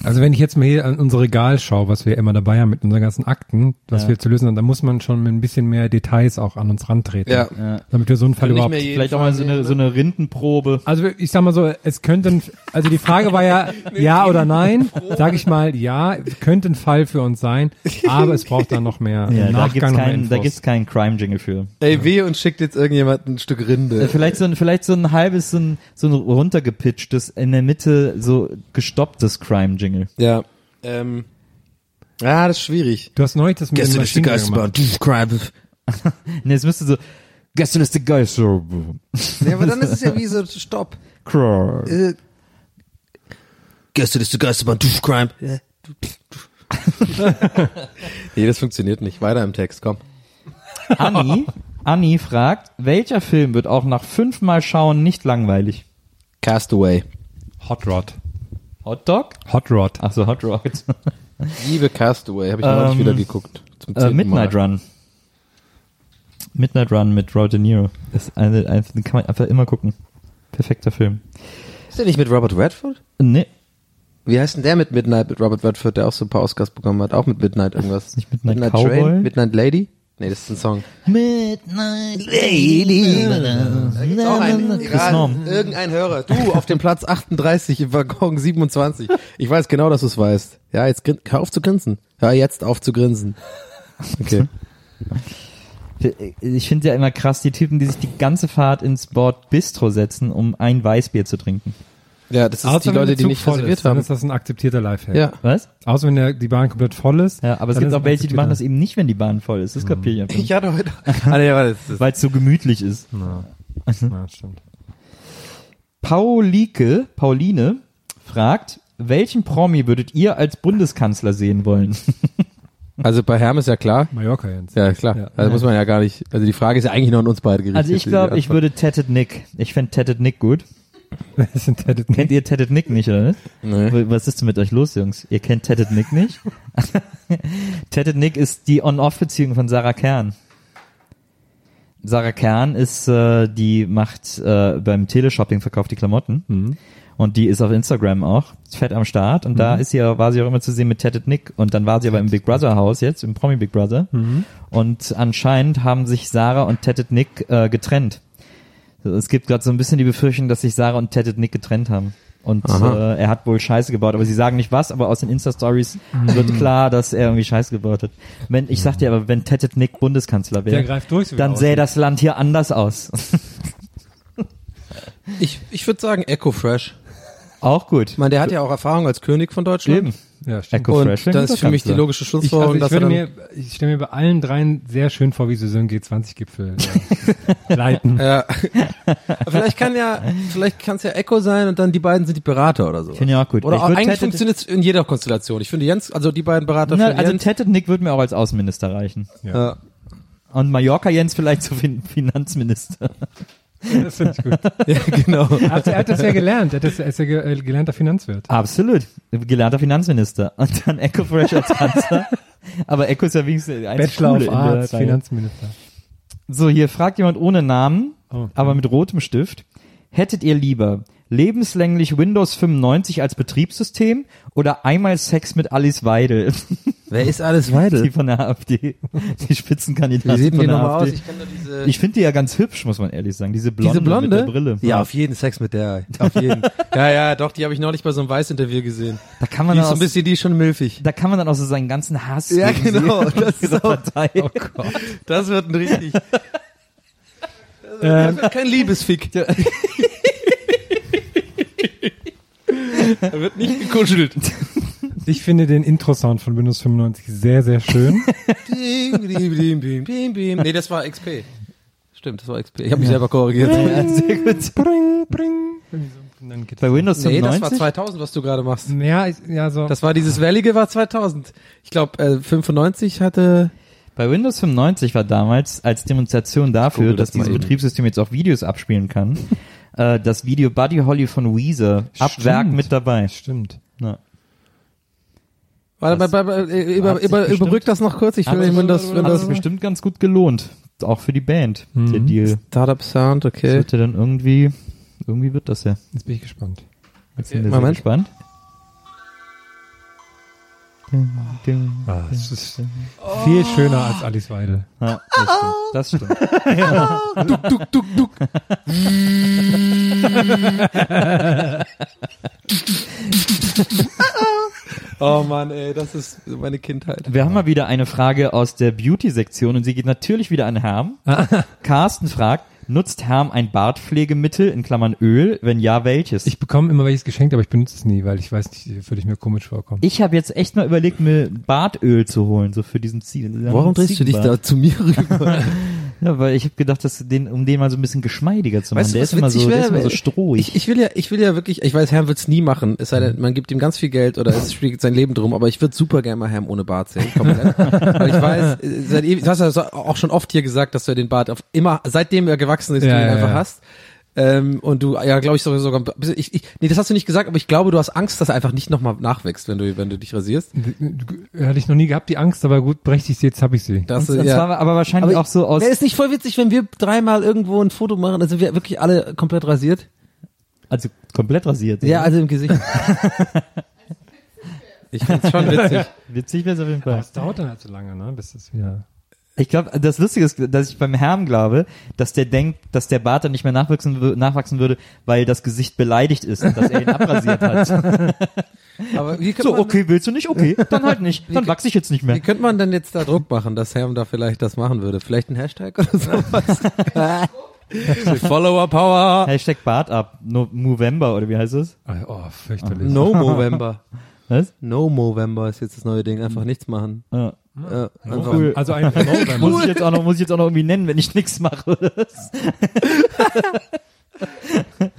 Speaker 3: Also wenn ich jetzt mal hier an unser Regal schaue, was wir immer dabei haben mit unseren ganzen Akten, was wir zu lösen haben, dann muss man schon mit ein bisschen mehr Details auch an uns rantreten.
Speaker 2: Ja.
Speaker 3: Damit wir so einen Fall
Speaker 2: Nicht
Speaker 3: überhaupt
Speaker 2: mehr jeden
Speaker 4: vielleicht auch mal so
Speaker 2: ne?
Speaker 4: eine, so eine Rindenprobe.
Speaker 3: Also ich sag mal so, es könnten, also die Frage war ja ja oder nein, sage ich mal ja, könnte ein Fall für uns sein, aber es braucht dann noch mehr
Speaker 4: Ja, da gibt's
Speaker 3: Nachgang noch mehr
Speaker 4: keinen, da
Speaker 3: Infos.
Speaker 4: gibt's keinen Crime Jingle für.
Speaker 2: Ey, weh und schickt jetzt irgendjemand ein Stück Rinde.
Speaker 4: Vielleicht so ein, vielleicht so ein halbes, so ein, so ein runtergepitchtes, in der Mitte so gestopptes Crime Jingle.
Speaker 2: Ja. Ähm. Ja, das ist schwierig.
Speaker 3: Du hast neulich das mit dem Maschinengewehr gemacht.
Speaker 4: Ne, es müsste so, gestern ist der Geister.
Speaker 2: Ja, aber dann ist es ja wie so Stopp. Äh,
Speaker 4: Crime.
Speaker 5: Gestern ist der Geisterbahn, du Crime.
Speaker 2: Nee, das funktioniert nicht. Weiter im Text, komm.
Speaker 4: Anni, Anni fragt, welcher Film wird auch nach fünfmal schauen nicht langweilig?
Speaker 2: Castaway.
Speaker 3: Hot Rod.
Speaker 4: Hot Dog?
Speaker 3: Hot Rod.
Speaker 4: Ach so, Hot Rod.
Speaker 2: Liebe Castaway, habe ich neulich
Speaker 4: Ähm,
Speaker 2: wieder geguckt. Zum
Speaker 4: Äh,
Speaker 2: zehnten
Speaker 4: Midnight
Speaker 2: Mal.
Speaker 4: Run. Midnight Run mit Robert De Niro. Das ist eine, eine, den kann man einfach immer gucken. Perfekter Film.
Speaker 2: Ist der nicht mit Robert Redford?
Speaker 4: Nee,
Speaker 2: Wie heißt denn der mit Midnight mit Robert Redford, der auch so ein paar Oscars bekommen hat? Auch mit Midnight irgendwas.
Speaker 4: nicht Midnight Cowboy?
Speaker 2: Midnight Lady? Nee, das ist ein Song.
Speaker 4: Midnight Lady.
Speaker 2: Auch ein,
Speaker 4: Chris Norm.
Speaker 2: egal, irgendein Hörer. Du, auf dem Platz 38 im Waggon 27. Ich weiß genau, dass du es weißt. Ja, jetzt grin- hör auf zu grinsen. Hör jetzt auf zu grinsen. Okay.
Speaker 4: Ich finde ja immer krass, die Typen, die sich die ganze Fahrt ins Bord Bistro setzen, um ein Weißbier zu trinken.
Speaker 2: Ja, das ist
Speaker 3: Außer
Speaker 2: die
Speaker 3: wenn
Speaker 2: Leute,
Speaker 3: der
Speaker 2: die
Speaker 3: Zug
Speaker 2: nicht
Speaker 3: voll
Speaker 2: reserviert
Speaker 3: ist, Dann
Speaker 2: haben.
Speaker 3: ist das ein akzeptierter Lifehack.
Speaker 2: Ja.
Speaker 4: Was?
Speaker 3: Außer wenn der, die Bahn komplett voll ist.
Speaker 4: Ja, aber es
Speaker 3: dann
Speaker 4: gibt
Speaker 3: ist
Speaker 4: auch welche, die machen das
Speaker 3: akzeptierter.
Speaker 4: eben nicht, wenn die Bahn voll ist. Das kapiere ich einfach nicht.
Speaker 2: hatte heute. ah, nee, warte, das ist
Speaker 4: Weil es so gemütlich ist.
Speaker 3: Ja, stimmt.
Speaker 4: Paulike, Pauline fragt, welchen Promi würdet ihr als Bundeskanzler sehen wollen?
Speaker 2: also bei Hermes ja klar.
Speaker 3: Mallorca jetzt.
Speaker 2: Ja, klar.
Speaker 3: Ja.
Speaker 2: Also muss man ja gar nicht. Also die Frage ist ja eigentlich nur an uns beide gerichtet.
Speaker 4: Also ich glaube, ich würde Tatted Nick. Ich fände Tatted Nick gut.
Speaker 3: Das sind Ted
Speaker 4: Kennt ihr Tatted Nick nicht, oder?
Speaker 2: Nee.
Speaker 4: W- Was ist denn mit euch los, Jungs? Ihr kennt Tatted Nick nicht? Tatted Nick ist die On-Off-Beziehung von Sarah Kern. Sarah Kern ist, äh, die macht äh, beim Teleshopping verkauft die Klamotten. Und die ist auf Instagram auch fett am Start. Und da ist sie, auch- war sie auch immer zu sehen mit Tatted Nick. Und dann war sie aber im Big Brother Haus jetzt, im Promi Big Brother. Und anscheinend haben sich Sarah und Tatted Nick äh, getrennt. Es gibt gerade so ein bisschen die Befürchtung, dass sich Sarah und Tatted Nick getrennt haben. Und
Speaker 2: Aha.
Speaker 4: äh, er hat wohl Scheiße gebaut, aber sie sagen nicht was, aber aus den Insta-Stories wird klar, dass er irgendwie Scheiße gebaut hat. Wenn, ich sag dir aber, wenn Tatted Nick Bundeskanzler
Speaker 3: Der
Speaker 4: wäre,
Speaker 3: greift durch. so wie
Speaker 4: dann
Speaker 3: er
Speaker 4: sähe
Speaker 3: aussieht.
Speaker 4: das Land hier anders aus.
Speaker 2: Ich, ich würde sagen Echo Fresh.
Speaker 4: Auch gut.
Speaker 2: Ich meine, der hat ja auch Erfahrung als König von Deutschland.
Speaker 4: Eben.
Speaker 3: Ja, stimmt.
Speaker 4: Echo
Speaker 2: Und
Speaker 4: Freshing,
Speaker 2: das ist für mich die
Speaker 4: kannst du.
Speaker 2: logische
Speaker 3: Ich,
Speaker 2: Schlussfolgerung,
Speaker 3: also ich,
Speaker 2: dass er
Speaker 3: würde
Speaker 2: dann,
Speaker 3: mir, ich stelle mir bei allen dreien sehr schön vor, wie sie so einen G20-Gipfel äh, leiten.
Speaker 2: Ja. Aber vielleicht kann ja, vielleicht kann es ja Echo sein und dann die beiden sind die Berater oder so.
Speaker 4: Finde ich auch gut.
Speaker 2: Oder
Speaker 4: Ich
Speaker 2: auch,
Speaker 4: würd
Speaker 2: eigentlich
Speaker 4: Ted-
Speaker 2: funktioniert es in jeder Konstellation. Ich finde Jens, also die beiden Berater
Speaker 4: Na,
Speaker 2: für
Speaker 4: also
Speaker 2: Jens.
Speaker 4: Ted und Nick würden mir auch als Außenminister reichen.
Speaker 2: ja.
Speaker 4: Und Mallorca Jens vielleicht so fin Finanzminister.
Speaker 3: Das finde ich gut.
Speaker 2: ja, genau.
Speaker 3: Also, er hat das ja gelernt. Er, hat das, er ist ja ge äh, gelernter Finanzwirt.
Speaker 4: Absolut. Gelernter Finanzminister. Und dann Echo Fresh als Kanzler. Aber Echo ist ja wenigstens der einzige
Speaker 3: Bachelor
Speaker 4: Coole
Speaker 3: of
Speaker 4: in der
Speaker 3: Arts,
Speaker 4: Reihe.
Speaker 3: Finanzminister.
Speaker 4: So, hier fragt jemand ohne Namen,
Speaker 3: Oh.
Speaker 4: aber mit rotem Stift. Hättet ihr lieber lebenslänglich Windows 95 als Betriebssystem oder einmal Sex mit Alice Weidel,
Speaker 2: Wer ist alles
Speaker 4: die
Speaker 2: Weidel?
Speaker 4: von der AfD, die Spitzenkandidatin
Speaker 2: Wie sieht denn
Speaker 4: von
Speaker 2: die
Speaker 4: der
Speaker 2: nochmal aus?
Speaker 4: AfD.
Speaker 2: Ich kenne nur diese,
Speaker 4: Ich finde die ja ganz hübsch, muss man ehrlich sagen. Diese Blonde,
Speaker 2: diese Blonde.
Speaker 4: mit der Brille.
Speaker 2: Ja, auf jeden Sex mit der. Auf jeden. ja, ja, doch, die habe ich neulich bei so einem Weiß-Interview gesehen.
Speaker 4: da kann man
Speaker 2: Die
Speaker 4: dann
Speaker 2: ist so
Speaker 4: auch,
Speaker 2: ein bisschen, die ist schon milfig.
Speaker 4: da kann man dann auch so seinen ganzen Hass
Speaker 2: Ja,
Speaker 4: gegen
Speaker 2: genau,
Speaker 4: sie,
Speaker 2: das
Speaker 4: ihre
Speaker 2: ist auch-
Speaker 4: Partei.
Speaker 2: Das wird ein richtig.
Speaker 3: Ähm,
Speaker 2: Kein Liebesfick. da wird nicht gekuschelt.
Speaker 3: ich finde den Intro-Sound von Windows 95 sehr, sehr schön.
Speaker 2: Bim, bim, bim, bim, bim, bim. Nee, das war XP. Stimmt, das war XP. Ich habe mich selber korrigiert.
Speaker 4: Ja, sehr gut.
Speaker 3: bring, bring. Und dann geht's.
Speaker 4: Bei Windows
Speaker 2: Nee,
Speaker 4: 95?
Speaker 2: das war 2000, was du gerade machst.
Speaker 3: Ja, ich, ja, so.
Speaker 2: Das war dieses Wellige war 2000. Ich glaube, äh, 95 hatte
Speaker 4: Bei Windows 95 war damals als Demonstration dafür,
Speaker 2: Google das
Speaker 4: dass dieses
Speaker 2: mal eben.
Speaker 4: Betriebssystem jetzt auch Videos abspielen kann, äh, das Video Buddy Holly von Weezer ab
Speaker 3: Stimmt.
Speaker 4: Werk mit dabei.
Speaker 3: Stimmt.
Speaker 4: Ja.
Speaker 2: warte, bei, bei, bei, äh, über,
Speaker 4: Hat sich
Speaker 2: über,
Speaker 4: bestimmt-
Speaker 2: überbrück das noch kurz. Ich will
Speaker 4: Hat-
Speaker 2: nicht, wenn das, wenn
Speaker 4: Hat sich
Speaker 2: das
Speaker 4: bestimmt ganz gut gelohnt. Auch für die Band, der Deal.
Speaker 2: Startup Sound,
Speaker 4: Das
Speaker 2: okay.
Speaker 4: wird ja dann irgendwie, irgendwie wird das ja.
Speaker 3: Jetzt bin ich gespannt.
Speaker 4: Jetzt sind wir sehr
Speaker 2: Moment.
Speaker 4: gespannt. Ding, ding.
Speaker 3: Ah, es ist viel schöner als Alice Weidel.
Speaker 4: Ja, das stimmt. Das stimmt.
Speaker 2: Duck, duck, duck, duck. oh Mann, ey, das ist meine Kindheit.
Speaker 4: Wir haben mal wieder eine Frage aus der Beauty-Sektion und sie geht natürlich wieder an Herm. Carsten fragt, nutzt Herm ein Bartpflegemittel, in Klammern Öl? Wenn ja, welches?
Speaker 3: Ich bekomme immer welches geschenkt, aber ich benutze es nie, weil ich weiß nicht, würde ich mir komisch vorkommen.
Speaker 4: ich habe jetzt echt mal überlegt, mir Bartöl zu holen, so für diesen Ziel.
Speaker 2: Warum drehst du dich da zu mir rüber?
Speaker 4: Ja, weil ich habe gedacht, dass den, um den mal so ein bisschen geschmeidiger zu machen.
Speaker 2: Weißt du,
Speaker 4: der
Speaker 2: was
Speaker 4: ist immer so,
Speaker 2: witzig
Speaker 4: der
Speaker 2: wär,
Speaker 4: ist immer so
Speaker 2: wenn-
Speaker 4: strohig.
Speaker 2: Ich, ich will ja, ich will ja wirklich, ich weiß, Herm wird's nie machen, es sei
Speaker 4: Mhm.
Speaker 2: denn, man gibt ihm ganz viel Geld oder es spielt sein Leben drum, aber ich würde super gerne mal Herm ohne Bart sehen, komplett. Weil ich weiß, äh, seit ewig, du hast ja so- auch schon oft hier gesagt, dass du den Bart auf immer, seitdem er gewachsen ist,
Speaker 3: Ja,
Speaker 2: du ihn
Speaker 3: ja,
Speaker 2: einfach
Speaker 3: ja.
Speaker 2: hast. Ähm, und du, ja, glaube ich sogar, sogar ein bisschen- ich, ich, nee, das hast du nicht gesagt, aber ich glaube, du hast Angst, dass er einfach nicht nochmal nachwächst, wenn du, wenn du dich rasierst.
Speaker 3: Hatte ich noch nie gehabt, die Angst, aber gut, berechtigt jetzt habe ich sie.
Speaker 2: Das,
Speaker 4: und,
Speaker 2: äh,
Speaker 4: und
Speaker 2: ja.
Speaker 4: zwar aber wahrscheinlich
Speaker 2: Aber
Speaker 4: auch so aus,
Speaker 2: Wäre es nicht voll witzig, wenn wir dreimal irgendwo ein Foto machen, dann sind wir wirklich alle komplett rasiert?
Speaker 4: also komplett rasiert.
Speaker 2: Ja,
Speaker 4: oder?
Speaker 2: also im Gesicht. ich find's schon witzig.
Speaker 4: witzig wäre es auf jeden Fall.
Speaker 3: Das dauert dann halt so lange, ne, bis das wieder.
Speaker 4: Ich glaube, das Lustige ist, dass ich beim Herm glaube, dass der denkt, dass der Bart dann nicht mehr nachwachsen, wü- nachwachsen würde, weil das Gesicht beleidigt ist und dass er ihn abrasiert hat.
Speaker 2: Aber wie könnte
Speaker 4: So, okay, willst du nicht? Okay, dann halt nicht. Dann wachse ich jetzt nicht
Speaker 2: man, wie
Speaker 4: mehr.
Speaker 2: könnte man denn jetzt da Druck machen, dass Herm da vielleicht das machen würde? Vielleicht ein Hashtag oder sowas? Follower Power.
Speaker 4: Hashtag Bart ab. No Movember oder wie heißt es?
Speaker 3: Oh, fürchterlich.
Speaker 2: No Movember.
Speaker 4: Was?
Speaker 2: No Movember ist jetzt das neue Ding. Einfach nichts machen.
Speaker 4: Ja.
Speaker 2: Äh, einfach
Speaker 4: Cool.
Speaker 3: Also ein No
Speaker 4: Muss ich jetzt auch noch, muss ich jetzt auch noch irgendwie nennen, wenn ich nichts mache.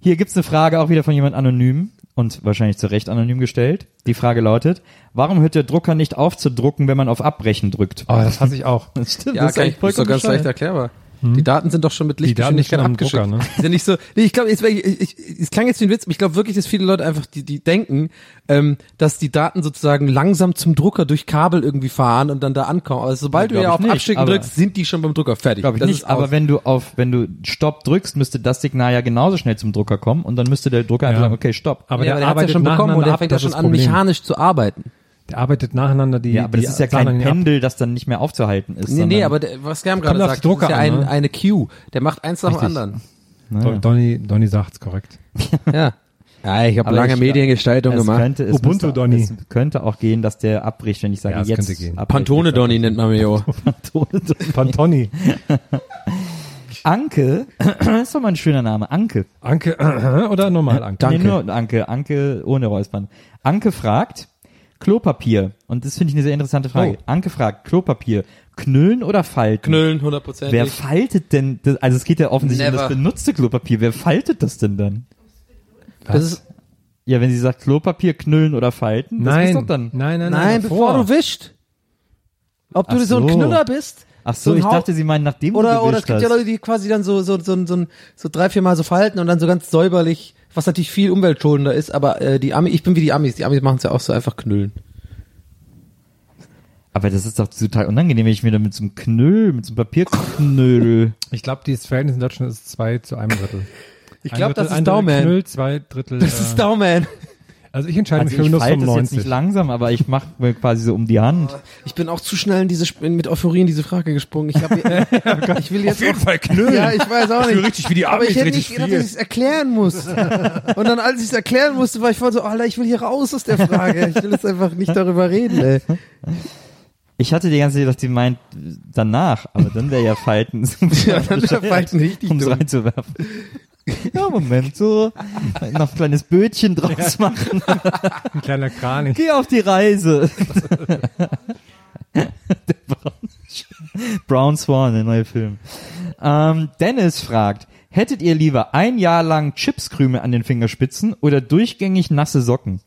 Speaker 4: Hier gibt's eine Frage auch wieder von jemand anonym und wahrscheinlich zu Recht anonym gestellt. Die Frage lautet, warum hört der Drucker nicht auf zu drucken, wenn man auf Abbrechen drückt?
Speaker 3: Oh, das hasse ich auch.
Speaker 4: Das stimmt,
Speaker 2: Ja, kann ich, ist doch ganz leicht erklärbar. Die Daten sind doch schon mit
Speaker 3: Die Daten
Speaker 2: Lichtgeschwindigkeit
Speaker 3: sind am
Speaker 2: abgeschickt.
Speaker 3: Drucker, ne?
Speaker 2: Ist ja nicht so. Nee, ich glaube, jetzt, ich, ich, ich, es klang jetzt wie ein Witz, aber ich glaube wirklich, dass viele Leute einfach die, die denken, ähm, dass die Daten sozusagen langsam zum Drucker durch Kabel irgendwie fahren und dann da ankommen. Aber sobald du
Speaker 4: Ja,
Speaker 2: ja
Speaker 4: glaub
Speaker 2: auf
Speaker 4: ich nicht,
Speaker 2: Abschicken
Speaker 4: aber-
Speaker 2: drückst, sind die schon beim Drucker fertig.
Speaker 4: Glaube ich
Speaker 2: das
Speaker 4: nicht,
Speaker 2: ist aus.
Speaker 4: aber wenn du auf, wenn du Stopp drückst, müsste das Signal ja genauso schnell zum Drucker kommen und dann müsste der Drucker einfach
Speaker 3: Ja.
Speaker 4: sagen, okay, Stopp.
Speaker 3: Aber
Speaker 2: ja,
Speaker 3: der,
Speaker 2: aber der hat's
Speaker 3: arbeitet
Speaker 2: ja schon bekommen und
Speaker 3: nacheinander
Speaker 2: der
Speaker 3: ab,
Speaker 2: fängt ja
Speaker 3: das
Speaker 2: schon
Speaker 3: ist
Speaker 2: an,
Speaker 3: Problem.
Speaker 2: mechanisch zu arbeiten.
Speaker 3: Der arbeitet nacheinander die.
Speaker 4: ja, aber
Speaker 3: die
Speaker 4: das ist ja
Speaker 3: Sachen
Speaker 4: kein
Speaker 3: ab.
Speaker 4: Pendel, das dann nicht mehr aufzuhalten ist.
Speaker 2: Nee,
Speaker 4: sondern-
Speaker 2: nee, aber der, was Germ gerade
Speaker 3: auf
Speaker 2: sagt,
Speaker 3: Drucker
Speaker 2: das ist ja
Speaker 3: an,
Speaker 2: ein,
Speaker 3: ne?
Speaker 2: eine Queue. Der macht eins nach dem anderen.
Speaker 3: Don- Donny, Donny sagt's korrekt.
Speaker 2: Ja. Ja, ich habe
Speaker 4: Aber
Speaker 2: lange
Speaker 4: ich-
Speaker 2: Mediengestaltung
Speaker 4: es
Speaker 2: gemacht.
Speaker 4: Könnte, es,
Speaker 3: Ubuntu,
Speaker 4: müsste,
Speaker 3: Donny.
Speaker 4: es könnte auch gehen, dass der abbricht, wenn ich sage,
Speaker 3: Ja, es
Speaker 4: jetzt.
Speaker 3: könnte gehen.
Speaker 4: abbrechen.
Speaker 2: Pantone Donny nennt man mich auch.
Speaker 4: Pantone Donny.
Speaker 3: Pantoni.
Speaker 4: Anke, ist doch mal ein schöner Name, Anke.
Speaker 3: Anke, äh, äh, oder normal Anke?
Speaker 2: Danke.
Speaker 4: Nee, nur Anke, Anke ohne Räuspern. Anke fragt, Klopapier, und das finde ich eine sehr interessante Frage.
Speaker 3: Oh.
Speaker 4: Anke fragt, Klopapier, knüllen oder falten?
Speaker 6: Knüllen,
Speaker 4: Wer
Speaker 6: hundertprozentig.
Speaker 4: faltet denn, das, also es geht ja offensichtlich um das
Speaker 6: Never.
Speaker 4: benutzte Klopapier, wer faltet das denn dann?
Speaker 6: Das ist,
Speaker 4: Ja, wenn sie sagt Klopapier, knüllen oder falten, das ist
Speaker 3: Nein.
Speaker 4: doch dann.
Speaker 3: nein, nein,
Speaker 2: Nein, bevor du wischst. Ob du
Speaker 4: Ach
Speaker 2: so ein
Speaker 4: so.
Speaker 2: Knüller bist.
Speaker 4: Ach so,
Speaker 2: ein
Speaker 4: ich
Speaker 2: Hauch-
Speaker 4: dachte, sie meinen, nachdem
Speaker 2: Oder,
Speaker 4: du
Speaker 2: oder es gibt
Speaker 4: hast.
Speaker 2: ja Leute, die quasi dann so, so, so, so, so drei, vier Mal so verhalten und dann so ganz säuberlich, was natürlich viel umweltschonender ist, aber äh, die Amis, ich bin wie die Amis, die Amis machen es ja auch so einfach knüllen.
Speaker 4: Aber das ist doch total unangenehm, wenn ich mir da mit so einem Knüll, mit so einem Papierknüll.
Speaker 3: Ich glaube, dieses Verhältnis in Deutschland ist zwei zu einem Drittel.
Speaker 2: Ich
Speaker 3: Ein
Speaker 2: glaube,
Speaker 3: Drittel-
Speaker 2: das ist
Speaker 3: ein Drittel
Speaker 2: Daumen.
Speaker 3: Knüll, zwei Drittel.
Speaker 2: Das ist
Speaker 3: äh,
Speaker 2: Daumen.
Speaker 3: also ich entscheide mich
Speaker 4: Also
Speaker 3: für
Speaker 4: ich
Speaker 3: Windows
Speaker 4: falte das jetzt nicht
Speaker 3: 95.
Speaker 4: langsam, aber ich mache mir quasi so um die Hand.
Speaker 2: Ich bin auch zu schnell in diese, Sp- in, mit Euphorie in diese Frage gesprungen. Ich, hab, äh, ich will jetzt
Speaker 6: Oh auf jeden
Speaker 2: auch,
Speaker 6: Fall knüllen.
Speaker 2: Ja, ich weiß auch
Speaker 6: Ich fühl
Speaker 2: nicht.
Speaker 6: richtig wie die
Speaker 2: Aber
Speaker 6: Amis,
Speaker 2: ich hätte
Speaker 6: richtig
Speaker 2: nicht gedacht,
Speaker 6: viel.
Speaker 2: dass ich es erklären muss. Und dann, als ich es erklären musste, war ich voll so, "Oh, Alter, ich will hier raus aus der Frage. Ich will jetzt einfach nicht darüber reden, ey.
Speaker 4: Ich hatte die ganze Zeit gedacht, die meint danach, aber dann wäre ja Falten.
Speaker 2: Ja, dann ist der Falten richtig
Speaker 4: um
Speaker 2: dumm.
Speaker 4: reinzuwerfen. Ja, Moment, so noch ein kleines Bötchen draus machen.
Speaker 3: Ein kleiner Kranich.
Speaker 4: Geh auf die Reise. Der Brown, Brown Swan, der neue Film. Ähm, Dennis fragt, hättet ihr lieber ein Jahr lang Chipskrüme an den Fingerspitzen oder durchgängig nasse Socken?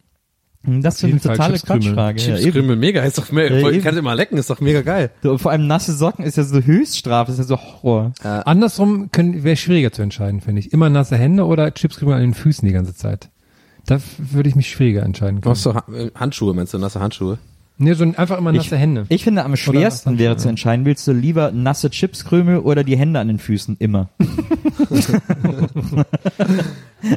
Speaker 4: Hm, Das ist
Speaker 3: jeden
Speaker 4: eine
Speaker 3: Fall
Speaker 4: totale
Speaker 3: Chipskrüme.
Speaker 4: Quatschfrage. Ja, eben.
Speaker 2: Krümel, mega, ist doch mega,
Speaker 4: Ja, voll- eben. kannst
Speaker 2: immer lecken, ist doch mega geil.
Speaker 4: So, Vor allem nasse Socken ist ja so Höchststrafe, ist ja so Horror.
Speaker 3: Andersrum wäre schwieriger zu entscheiden, finde ich. Immer nasse Hände oder Chipskrümel an den Füßen die ganze Zeit. Da f- würde ich mich schwieriger
Speaker 2: Du
Speaker 3: entscheiden können.
Speaker 2: hast doch Ha- äh, Handschuhe, meinst du, nasse Handschuhe?
Speaker 3: Nee, so ein- einfach immer nasse Hände.
Speaker 4: Ich finde, am schwersten wäre zu entscheiden, willst du lieber nasse Chipskrümel oder die Hände an den Füßen immer?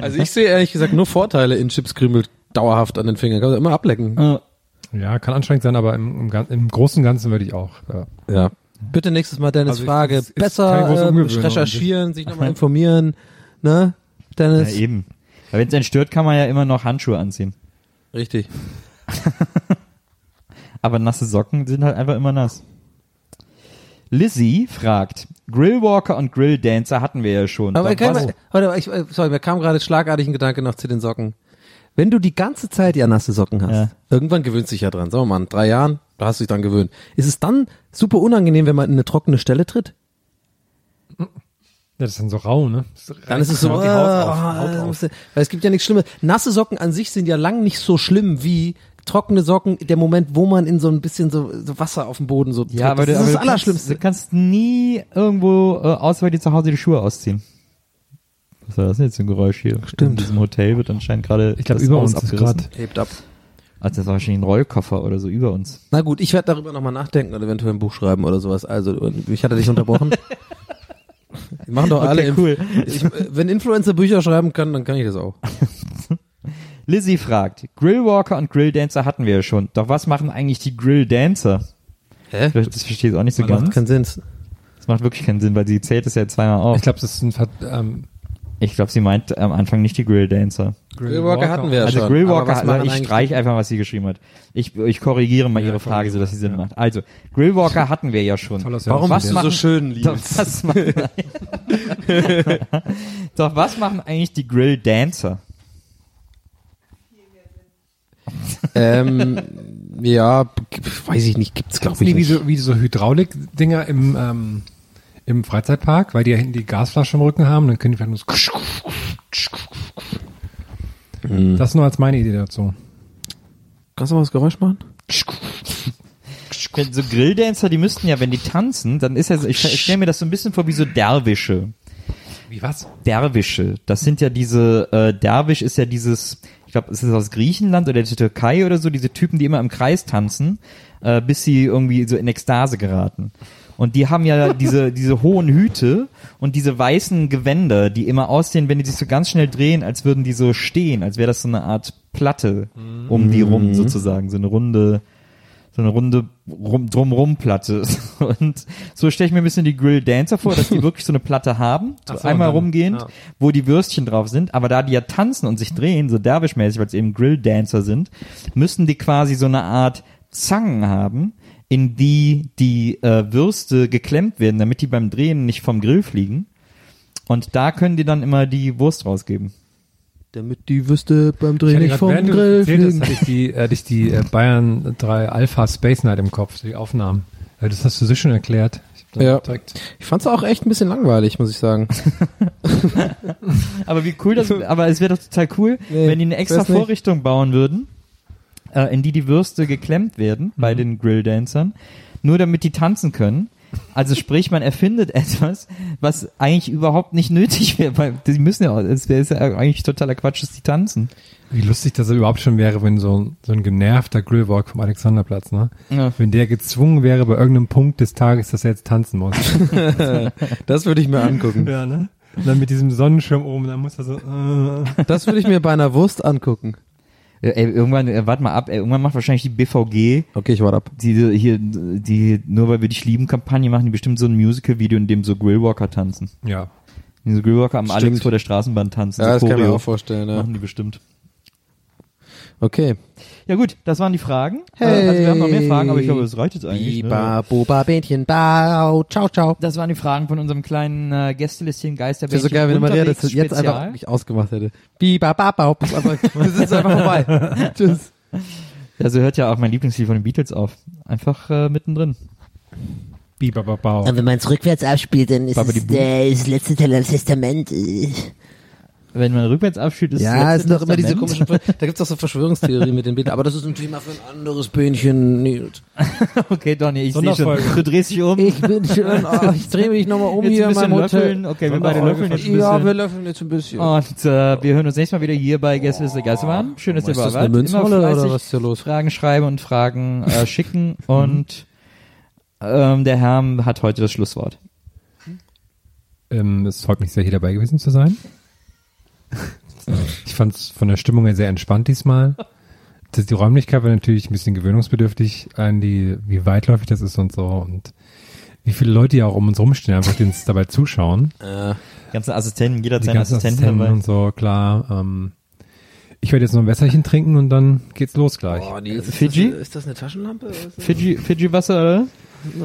Speaker 2: Also ich sehe ehrlich gesagt nur Vorteile in Chipskrümel dauerhaft an den Fingern. Kannst du immer ablecken.
Speaker 4: Äh,
Speaker 3: Ja, kann anstrengend sein, aber im, im, Gan- im Großen und Ganzen würde ich auch. Ja.
Speaker 2: Ja. Bitte nächstes Mal Dennis
Speaker 3: Also ich-
Speaker 2: Frage.
Speaker 3: es ist keine große
Speaker 2: Besser ähm,
Speaker 3: Umgewöhnung.
Speaker 2: recherchieren, sich nochmal informieren. Ne?
Speaker 4: ja,
Speaker 2: Dennis?
Speaker 4: eben. Weil wenn es einen stört, kann man ja immer noch Handschuhe anziehen.
Speaker 2: Richtig.
Speaker 4: Aber nasse Socken sind halt einfach immer nass. Lizzie fragt, Grillwalker und Grilldancer hatten wir ja schon.
Speaker 2: Aber
Speaker 4: Dann
Speaker 2: kann,
Speaker 4: was-
Speaker 2: warte, warte, ich, äh, sorry, mir kam gerade schlagartig ein Gedanke noch zu den Socken. Wenn du die ganze Zeit ja nasse Socken hast,
Speaker 4: Ja.
Speaker 2: irgendwann gewöhnst du dich ja dran. Sagen wir mal, in drei Jahren, da hast du dich dran gewöhnt. Ist es dann super unangenehm, wenn man in eine trockene Stelle tritt?
Speaker 3: Ja, das ist dann so rau, ne?
Speaker 2: Dann ist es so,
Speaker 3: Haut
Speaker 2: äh,
Speaker 3: die Haut auf,
Speaker 2: oh,
Speaker 3: Haut
Speaker 2: das
Speaker 3: auf.
Speaker 2: musst du- weil es gibt ja nichts Schlimmes. Nasse Socken an sich sind ja lang nicht so schlimm wie trockene Socken, der Moment, wo man in so ein bisschen so, so Wasser auf dem Boden so tritt.
Speaker 4: Ja, aber
Speaker 2: das ist
Speaker 4: du, aber
Speaker 2: das
Speaker 4: du kannst,
Speaker 2: Allerschlimmste.
Speaker 4: du kannst nie irgendwo, äh, außer bei dir zu Hause die Schuhe ausziehen. Was war das denn jetzt für ein Geräusch hier? Stimmt. In diesem Hotel wird anscheinend gerade
Speaker 3: Ich glaube,
Speaker 4: das
Speaker 3: über
Speaker 4: Haus
Speaker 3: uns ist
Speaker 4: abgerissen.
Speaker 3: gerade
Speaker 2: Hebt ab.
Speaker 4: Also das war wahrscheinlich ein Rollkoffer oder so über uns.
Speaker 2: Na gut, ich werde darüber nochmal nachdenken oder eventuell ein Buch schreiben oder sowas. Also, ich hatte dich unterbrochen. Die Machen doch alle.
Speaker 4: Okay,
Speaker 2: Inf-
Speaker 4: cool.
Speaker 2: Ich, äh, wenn Influencer Bücher schreiben können, dann kann ich das auch.
Speaker 4: Lizzie fragt, Grillwalker und Grilldancer hatten wir ja schon. Doch was machen eigentlich die Grilldancer?
Speaker 2: Hä?
Speaker 4: Vielleicht- Das verstehe ich auch nicht so
Speaker 2: Macht
Speaker 4: ganz.
Speaker 2: keinen Sinn.
Speaker 4: Das macht wirklich keinen Sinn, weil sie zählt es ja zweimal auf.
Speaker 3: Ich glaube, das ist ein Ver ähm,
Speaker 4: Ich glaube, sie meint am Anfang nicht die Grilldancer.
Speaker 2: Grillwalker hatten wir ja
Speaker 4: Also
Speaker 2: schon.
Speaker 4: Grillwalker,
Speaker 2: Aber was machen
Speaker 4: also ich
Speaker 2: eigentlich-
Speaker 4: streiche einfach, was sie geschrieben hat. Ich, ich korrigiere mal ihre Frage, sodass sie Sinn macht. Also, Grillwalker hatten wir ja schon.
Speaker 3: Tolles
Speaker 4: Doch
Speaker 3: Warum
Speaker 4: was
Speaker 3: bist du
Speaker 4: machen,
Speaker 2: schön,
Speaker 4: doch, was machen, doch was machen eigentlich die Grilldancer?
Speaker 2: Ähm, ja, g- weiß ich nicht, gibt's glaube
Speaker 3: Nee,
Speaker 2: ich
Speaker 3: wie
Speaker 2: nicht.
Speaker 3: so, wie so Hydraulik-Dinger im, ähm, im Freizeitpark, weil die ja hinten die Gasflasche im Rücken haben, dann können die vielleicht nur
Speaker 2: Mhm.
Speaker 3: so Das nur als meine Idee dazu.
Speaker 2: Kannst du mal das Geräusch machen?
Speaker 4: Wenn so Grilldancer, die müssten ja, wenn die tanzen, dann ist ja, so- ich, ich stelle mir das so ein bisschen vor wie so Derwische.
Speaker 3: Wie was?
Speaker 4: Derwische. Das sind ja diese, äh, Derwisch ist ja dieses, ich glaube, es ist aus Griechenland oder der Türkei oder so, diese Typen, die immer im Kreis tanzen, äh, bis sie irgendwie so in Ekstase geraten. Und die haben ja diese, diese hohen Hüte und diese weißen Gewänder, die immer aussehen, wenn die sich so ganz schnell drehen, als würden die so stehen, als wäre das so eine Art Platte um die rum sozusagen, so eine runde, so eine runde rum, drumrum Platte. Und so stelle ich mir ein bisschen die Grill Dancer vor, dass die wirklich so eine Platte haben, so einmal rumgehend, wo die Würstchen drauf sind. Aber da die ja tanzen und sich drehen, so derwischmäßig, weil es eben Grill Dancer sind, müssen die quasi so eine Art Zangen haben, in die die äh, Würste geklemmt werden, damit die beim Drehen nicht vom Grill fliegen. Und da können die dann immer die Wurst rausgeben.
Speaker 2: Damit die wüsste beim Dreh nicht
Speaker 3: grad,
Speaker 2: vom
Speaker 3: während du
Speaker 2: Grill
Speaker 3: erzählt hast,
Speaker 2: fliegen.
Speaker 3: hatte ich die, hatte ich die äh, Bayern 3 Alpha Space Night im Kopf, die Aufnahmen. Äh, Das hast du so schön erklärt. Ich hab dann
Speaker 2: Ja.
Speaker 3: direkt-
Speaker 2: Ich fand's auch echt ein bisschen langweilig, muss ich sagen.
Speaker 4: Aber wie cool das, aber es wäre doch total cool,
Speaker 2: Nee,
Speaker 4: wenn die eine extra
Speaker 2: weiß nicht.
Speaker 4: Vorrichtung bauen würden, äh, in die die Würste geklemmt werden bei
Speaker 2: Mhm.
Speaker 4: den Grilldancern, nur damit die tanzen können. Also sprich, man erfindet etwas, was eigentlich überhaupt nicht nötig wäre, weil die müssen ja, auch- es wäre ist ja eigentlich totaler Quatsch, dass die tanzen.
Speaker 3: Wie lustig das überhaupt schon wäre, wenn so, ein- so ein genervter Grillwalk vom Alexanderplatz, ne?
Speaker 4: Ja.
Speaker 3: Wenn der gezwungen wäre, bei irgendeinem Punkt des Tages, dass er jetzt tanzen muss.
Speaker 2: Das würde ich mir angucken.
Speaker 3: ja, ne? Und dann mit diesem Sonnenschirm oben, dann muss er so, äh,
Speaker 2: Das würde ich mir bei einer Wurst angucken.
Speaker 4: Äh, ey, irgendwann, äh, warte mal ab, ey, irgendwann macht wahrscheinlich die BVG
Speaker 2: Okay, ich warte ab.
Speaker 4: diese hier, die nur weil wir dich lieben Kampagne machen, die bestimmt so ein Musical-Video, in dem so Grillwalker tanzen.
Speaker 3: ja.
Speaker 4: Die so Grillwalker am
Speaker 2: Stimmt.
Speaker 4: Alex vor der Straßenbahn tanzen.
Speaker 2: Ja,
Speaker 4: so
Speaker 2: das kann ich mir
Speaker 4: Choreo.
Speaker 2: auch vorstellen. Ja.
Speaker 4: Machen die bestimmt.
Speaker 2: Okay.
Speaker 4: Ja gut, das waren die Fragen. Äh, Also wir haben noch mehr Fragen, aber ich glaube, das reicht jetzt eigentlich. Ne?
Speaker 2: Biba, Boba, Bähnchen, Bau, ciao, ciao.
Speaker 4: Das waren die Fragen von unserem kleinen äh, Gästelistchen
Speaker 2: Wäre
Speaker 4: Geisterbändchen.
Speaker 2: so geil, wenn Maria das jetzt einfach wirklich ausgemacht hätte. Biba, Baba, das ist einfach vorbei. Tschüss.
Speaker 4: Also hört ja auch mein Lieblingslied von den Beatles auf. Einfach äh, mittendrin.
Speaker 3: Bibababau.
Speaker 5: Und wenn man es rückwärts abspielt, dann ist es
Speaker 4: Babadiboo.
Speaker 5: der, das letzte Teil am Testament. äh.
Speaker 4: Wenn man rückwärts abschiebt, ist
Speaker 2: Ja,
Speaker 4: das
Speaker 2: es
Speaker 4: letzte
Speaker 2: sind doch immer diese
Speaker 4: Testament.
Speaker 2: komischen, Ver- da gibt's doch so Verschwörungstheorien mit den Bildern, aber das ist ein Thema für ein anderes Bähnchen, Nils.
Speaker 4: Okay, Donny, ich sehe schon.
Speaker 3: Sonderfolge.
Speaker 4: Du drehst dich um.
Speaker 2: Ich bin schon, oh, ich drehe mich nochmal um
Speaker 4: jetzt
Speaker 2: hier
Speaker 4: ein
Speaker 2: in
Speaker 4: bisschen
Speaker 2: meinem Hotel.
Speaker 4: löffeln. Okay, wir beide löffeln jetzt ein bisschen.
Speaker 2: Ja, wir löffeln jetzt ein bisschen.
Speaker 4: und äh, wir hören uns nächstes Mal wieder hier bei Gästeliste Geisterbahn. Schön, dass ihr
Speaker 2: ist
Speaker 4: dabei
Speaker 2: das eine
Speaker 4: wart.
Speaker 2: Münzrolle
Speaker 4: Immer
Speaker 2: oder
Speaker 4: fleißig
Speaker 2: was ist hier los?
Speaker 4: Fragen schreiben und Fragen äh, schicken. und
Speaker 2: Mhm.
Speaker 4: ähm, der Herr hat heute das Schlusswort.
Speaker 3: Ähm, es freut mich sehr, hier dabei gewesen zu sein. Ich fand es von der Stimmung her sehr entspannt diesmal. Das, die Räumlichkeit war natürlich ein bisschen gewöhnungsbedürftig an die, wie weitläufig das ist und so und wie viele Leute ja auch um uns rumstehen, einfach die uns dabei zuschauen.
Speaker 4: Die ganzen Assistenten, jeder hat
Speaker 3: Die
Speaker 4: seinen
Speaker 3: ganzen
Speaker 4: Assistenten
Speaker 3: Assistenten
Speaker 4: dabei.
Speaker 3: und so, klar. Ähm, ich werde jetzt noch ein Wässerchen trinken und dann geht's los gleich.
Speaker 2: Nils,
Speaker 4: Fiji?
Speaker 2: Das, Oh, ist das eine Taschenlampe? oder ist das
Speaker 4: Fiji, Fiji Wasser, oder?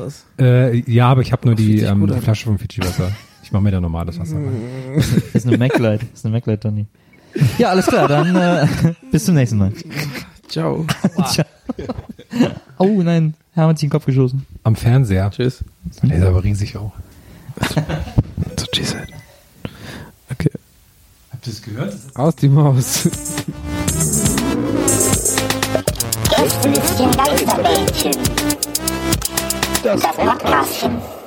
Speaker 2: was?
Speaker 3: Äh, ja, aber ich habe nur die
Speaker 2: fühlt sich
Speaker 3: ähm,
Speaker 2: gut an.
Speaker 3: Flasche vom Fiji-Wasser. Ich mache mir da normales Wasser rein.
Speaker 4: Ist eine MacLight. Ist eine MacLight, Donny. Ja, alles klar, dann äh, bis zum nächsten Mal.
Speaker 2: Ciao.
Speaker 4: Ciao. Oh nein, Herr hat sich den Kopf geschossen.
Speaker 3: Am Fernseher.
Speaker 2: Tschüss.
Speaker 3: Der ist aber riesig auch.
Speaker 2: So, tschüss. halt. Okay.
Speaker 3: Habt ihr es gehört?
Speaker 2: Aus die Maus.
Speaker 1: Gästelistchen Geisterbändchen. Das Podcastchen.